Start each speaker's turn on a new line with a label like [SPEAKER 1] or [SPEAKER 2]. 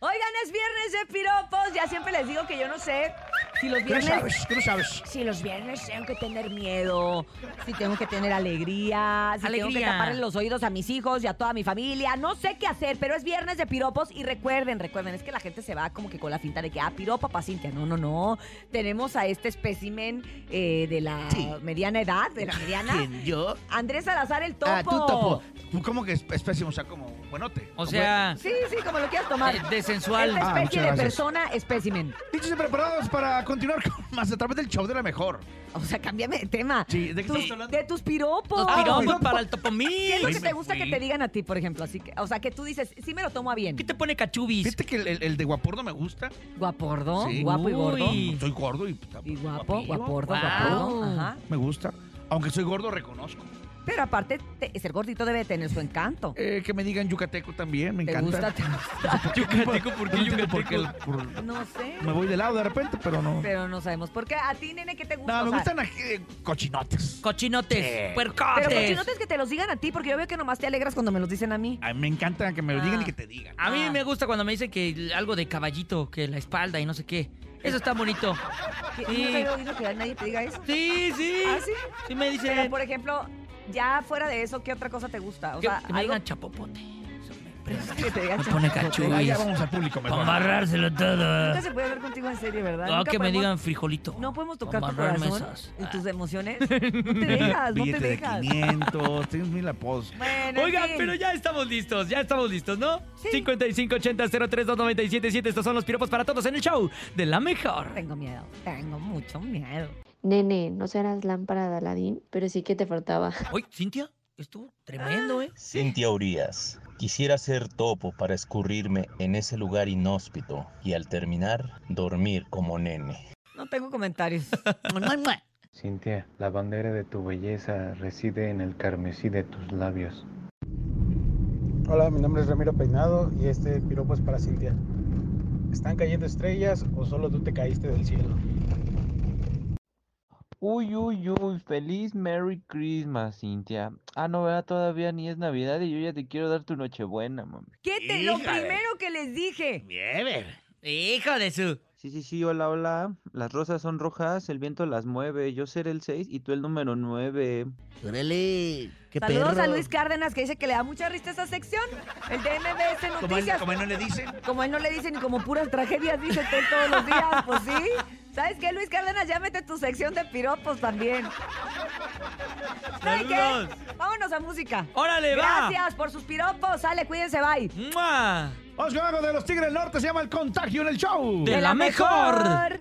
[SPEAKER 1] Oigan, es viernes de piropos. Ya siempre les digo que yo no sé si los
[SPEAKER 2] ¿Qué no
[SPEAKER 1] viernes.
[SPEAKER 2] sabes? ¿Qué no sabes?
[SPEAKER 1] Si los viernes tengo que tener miedo, si tengo que tener alegría, si tengo que
[SPEAKER 3] Alegría.
[SPEAKER 1] taparle los oídos a mis hijos y a toda mi familia. No sé qué hacer, pero es viernes de piropos y recuerden, recuerden, es que la gente se va como que con la finta de que, ah, piropa pa' Cintia. No, no, no. Tenemos a este espécimen eh, de la
[SPEAKER 2] Sí.
[SPEAKER 1] mediana edad, de la mediana.
[SPEAKER 2] ¿Quién? ¿Yo?
[SPEAKER 1] Andrés Salazar el topo.
[SPEAKER 2] Ah, tú topo. ¿Tú cómo que es, es pésimo? O sea, como buenote.
[SPEAKER 3] O sea,
[SPEAKER 1] Sí, sí, como lo quieras tomar.
[SPEAKER 3] eh, de sensual.
[SPEAKER 1] Esta
[SPEAKER 2] Ah,
[SPEAKER 1] especie
[SPEAKER 2] muchas
[SPEAKER 1] de
[SPEAKER 2] gracias.
[SPEAKER 1] persona, espécimen.
[SPEAKER 2] Dichos y preparados para continuar con más a través del show de la mejor.
[SPEAKER 1] O sea, cámbiame de tema.
[SPEAKER 2] Sí, ¿de qué
[SPEAKER 1] Tus-
[SPEAKER 2] estamos hablando?
[SPEAKER 1] de tus piropos.
[SPEAKER 3] Los
[SPEAKER 2] Ah,
[SPEAKER 3] piropos
[SPEAKER 2] bueno.
[SPEAKER 3] para el topomil.
[SPEAKER 1] ¿Qué es lo que
[SPEAKER 2] Ahí
[SPEAKER 1] te
[SPEAKER 2] me
[SPEAKER 1] gusta que
[SPEAKER 2] fui.
[SPEAKER 1] te digan a ti, por ejemplo? Así que, o sea, que tú dices, sí me lo tomo a bien.
[SPEAKER 3] ¿Qué te pone cachubis?
[SPEAKER 2] Fíjate que el, el- el de guapordo me gusta.
[SPEAKER 1] Guapordo,
[SPEAKER 2] Sí.
[SPEAKER 1] guapo y gordo.
[SPEAKER 3] Uy.
[SPEAKER 2] Soy gordo y...
[SPEAKER 1] Y guapo,
[SPEAKER 2] guapillo.
[SPEAKER 1] guapordo, guapordo.
[SPEAKER 3] Wow.
[SPEAKER 1] Ajá.
[SPEAKER 2] Me gusta. Aunque soy gordo, reconozco.
[SPEAKER 1] Pero aparte, te- ser gordito debe tener su encanto.
[SPEAKER 2] Eh, que me digan yucateco también, me
[SPEAKER 1] ¿Te
[SPEAKER 2] encanta.
[SPEAKER 1] gusta? ¿Te gusta?
[SPEAKER 3] Yucateco, ¿por qué
[SPEAKER 2] No entiendo por
[SPEAKER 3] yucateco?
[SPEAKER 2] qué el- por-
[SPEAKER 1] No sé.
[SPEAKER 2] me voy de lado de repente, pero no.
[SPEAKER 1] Pero no sabemos. ¿Por qué? ¿A ti, nene, qué te gusta?
[SPEAKER 2] No, me
[SPEAKER 1] O sea,
[SPEAKER 2] gustan eh, cochinotes.
[SPEAKER 3] Cochinotes,
[SPEAKER 2] Sí.
[SPEAKER 1] Pero
[SPEAKER 3] puercotes.
[SPEAKER 1] cochinotes que te los digan a ti, porque yo veo que nomás te alegras cuando me los dicen a mí.
[SPEAKER 2] A mí me encanta que me lo
[SPEAKER 1] Ah.
[SPEAKER 2] digan y que te digan.
[SPEAKER 3] A mí
[SPEAKER 1] Ah.
[SPEAKER 3] me gusta cuando me dicen que algo de caballito, que la espalda y no sé qué. Eso está bonito.
[SPEAKER 1] ¿Qué-
[SPEAKER 3] Ah, Sí.
[SPEAKER 1] ¿Nunca he oído que a nadie te diga eso?
[SPEAKER 3] Sí, sí.
[SPEAKER 1] ¿Ah, sí?
[SPEAKER 3] Sí me
[SPEAKER 1] Pero,
[SPEAKER 3] dicen.
[SPEAKER 1] por ejemplo, ya fuera de eso, ¿qué otra cosa te gusta? O
[SPEAKER 3] que,
[SPEAKER 1] sea,
[SPEAKER 3] que me
[SPEAKER 1] algo
[SPEAKER 3] digan chapopote. Eso me presta.
[SPEAKER 1] que te digan
[SPEAKER 3] Me pone
[SPEAKER 1] chapopote.
[SPEAKER 3] cachú.
[SPEAKER 2] Ahí ya vamos al público
[SPEAKER 3] Pa'
[SPEAKER 2] mejor.
[SPEAKER 3] amarrárselo todo.
[SPEAKER 1] Nunca se puede ver contigo en serio, ¿verdad?
[SPEAKER 3] No,
[SPEAKER 1] Nunca
[SPEAKER 3] que me
[SPEAKER 1] podemos-
[SPEAKER 3] digan frijolito.
[SPEAKER 1] No podemos tocar tu
[SPEAKER 3] Amarrarme
[SPEAKER 1] corazón
[SPEAKER 3] esas. Ah.
[SPEAKER 1] y tus emociones. No te dejas, no te
[SPEAKER 2] Billete de
[SPEAKER 1] dejas.
[SPEAKER 2] 500, tienes mil apodos.
[SPEAKER 1] Bueno, en
[SPEAKER 3] Oigan,
[SPEAKER 1] fin.
[SPEAKER 3] pero ya estamos listos, ya estamos listos, ¿no?
[SPEAKER 1] Sí.
[SPEAKER 3] 5580-032977, estos son los piropos para todos en el show de la mejor.
[SPEAKER 1] Tengo miedo, tengo mucho miedo.
[SPEAKER 4] Nene, no serás lámpara de Aladín, pero sí que te faltaba.
[SPEAKER 3] Oye, Cintia, estuvo
[SPEAKER 1] Ah.
[SPEAKER 3] tremendo, ¿eh?
[SPEAKER 5] Cintia Urias, quisiera ser topo para escurrirme en ese lugar inhóspito y al terminar dormir como nene.
[SPEAKER 1] No tengo comentarios.
[SPEAKER 6] Cintia, la bandera de tu belleza reside en el carmesí de tus labios.
[SPEAKER 7] Hola, mi nombre es Ramiro Peinado y este piropo es para Cintia. ¿Están cayendo estrellas o solo tú te caíste del cielo?
[SPEAKER 8] Uy, uy, uy, feliz Merry Christmas, Cintia. Ah, no, ¿verdad? Todavía ni es Navidad y yo ya te quiero dar tu Nochebuena, mami.
[SPEAKER 1] ¿Qué te, lo
[SPEAKER 2] Híjale.
[SPEAKER 1] primero que les dije.
[SPEAKER 2] Bien,
[SPEAKER 3] Hijo ¿eh? de su.
[SPEAKER 8] Sí, sí, sí, hola, hola. Las rosas son rojas, el viento las mueve. Yo seré el 6 y tú el número 9.
[SPEAKER 2] Órale, qué
[SPEAKER 1] Saludos a Luis Cárdenas que dice que le da mucha risa esta sección. El de MBS
[SPEAKER 2] Como él,
[SPEAKER 1] Noticias.
[SPEAKER 2] como él no le dicen.
[SPEAKER 1] Como él no le dice ni como puras tragedias, dice tú todos los días, pues sí. ¿Sabes qué, Luis Cárdenas? Ya mete tu sección de piropos también. ¿Saben qué?
[SPEAKER 3] Saludos.
[SPEAKER 1] Vámonos a música.
[SPEAKER 3] Órale, va.
[SPEAKER 1] Gracias por sus piropos. Sale, cuídense, bye.
[SPEAKER 3] ¡Mua!
[SPEAKER 2] Vamos con algo de los Tigres del Norte, se llama El Contagio en el show.
[SPEAKER 3] De la mejor.